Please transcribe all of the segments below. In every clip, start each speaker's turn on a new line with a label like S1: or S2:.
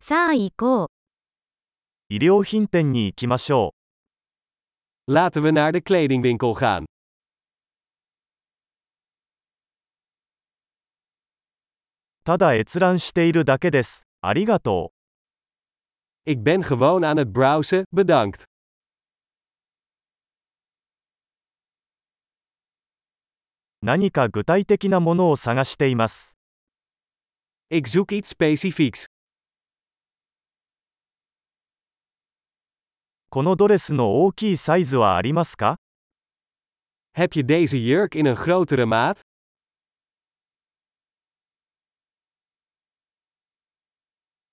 S1: さあ行こう。
S2: 衣料品店に行きましょ
S3: Laten we naar de kledingwinkel gaan.
S2: う。ただ閲覧しているだけです。ありがと
S3: Ik ben gewoon aan het browsen, bedankt.
S2: う。何か具体的なものを探しています。
S3: Ik zoek iets specifieks.
S2: このドレスの大きいサイズはありますか
S3: Heb je deze jurk in een grotere maat?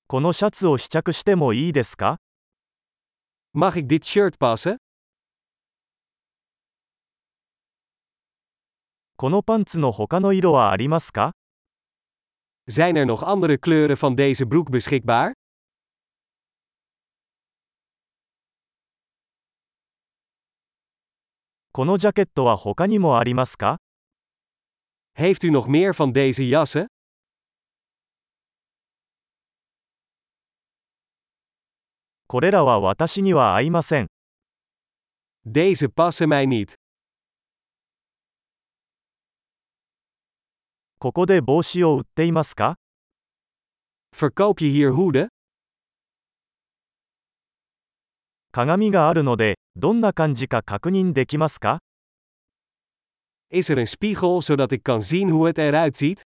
S2: このシャツを試着してもいいですか
S3: Mag ik dit shirt passen?
S2: このパンツの他の色はありますか
S3: Zijn er nog andere kleuren van deze broek beschikbaar?
S2: このジャケットは他にもありますか
S3: Heeft u nog meer van deze jassen?
S2: これらは私には合いません。
S3: Deze passen mij niet.
S2: ここで帽子を売っていますか
S3: Verkoop je hier hoeden?
S2: 鏡があるので、どんな感じか確認できますか
S3: Is er een spiegel zodat ik kan zien hoe het eruit ziet?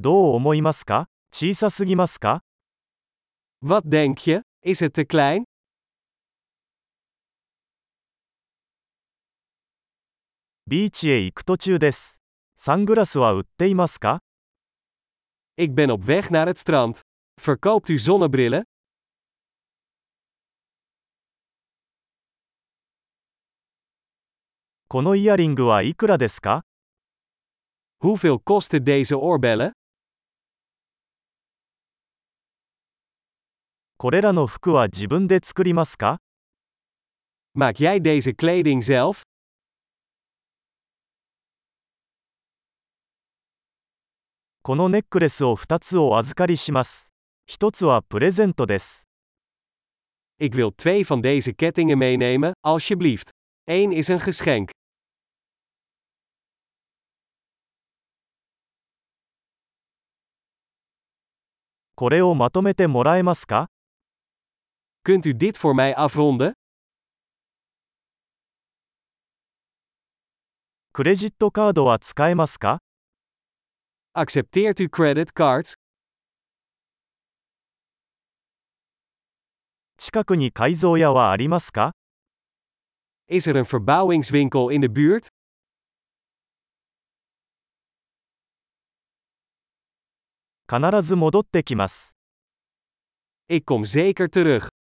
S2: どう思いますか小さすぎますか
S3: Wat denk je? Is het te klein?
S2: ビーチへ行く途中です。サングラスは売っていますか
S3: Ik ben op weg naar het strand. Verkoopt u zonnebrillen?
S2: このイヤリングはいくらですか
S3: Hoeveel kosten deze oorbellen?
S2: これらの服は自分で作りますか
S3: Maak jij deze kleding zelf?
S2: このネックレスを2つお預かりします。1つはプレゼントです。
S3: Ik wil twee van deze kettingen meenemen, alsjeblieft. Eén is een geschenk.
S2: これをまとめてもらえますか
S3: Kunt u dit voor mij afronden?
S2: クレジットカードは使えますか
S3: Accepteert u creditcards?
S2: 近くに改造屋はありますか
S3: Is er een verbouwingswinkel in de buurt?
S2: 必ず戻ってきます。
S3: Ik kom zeker terug.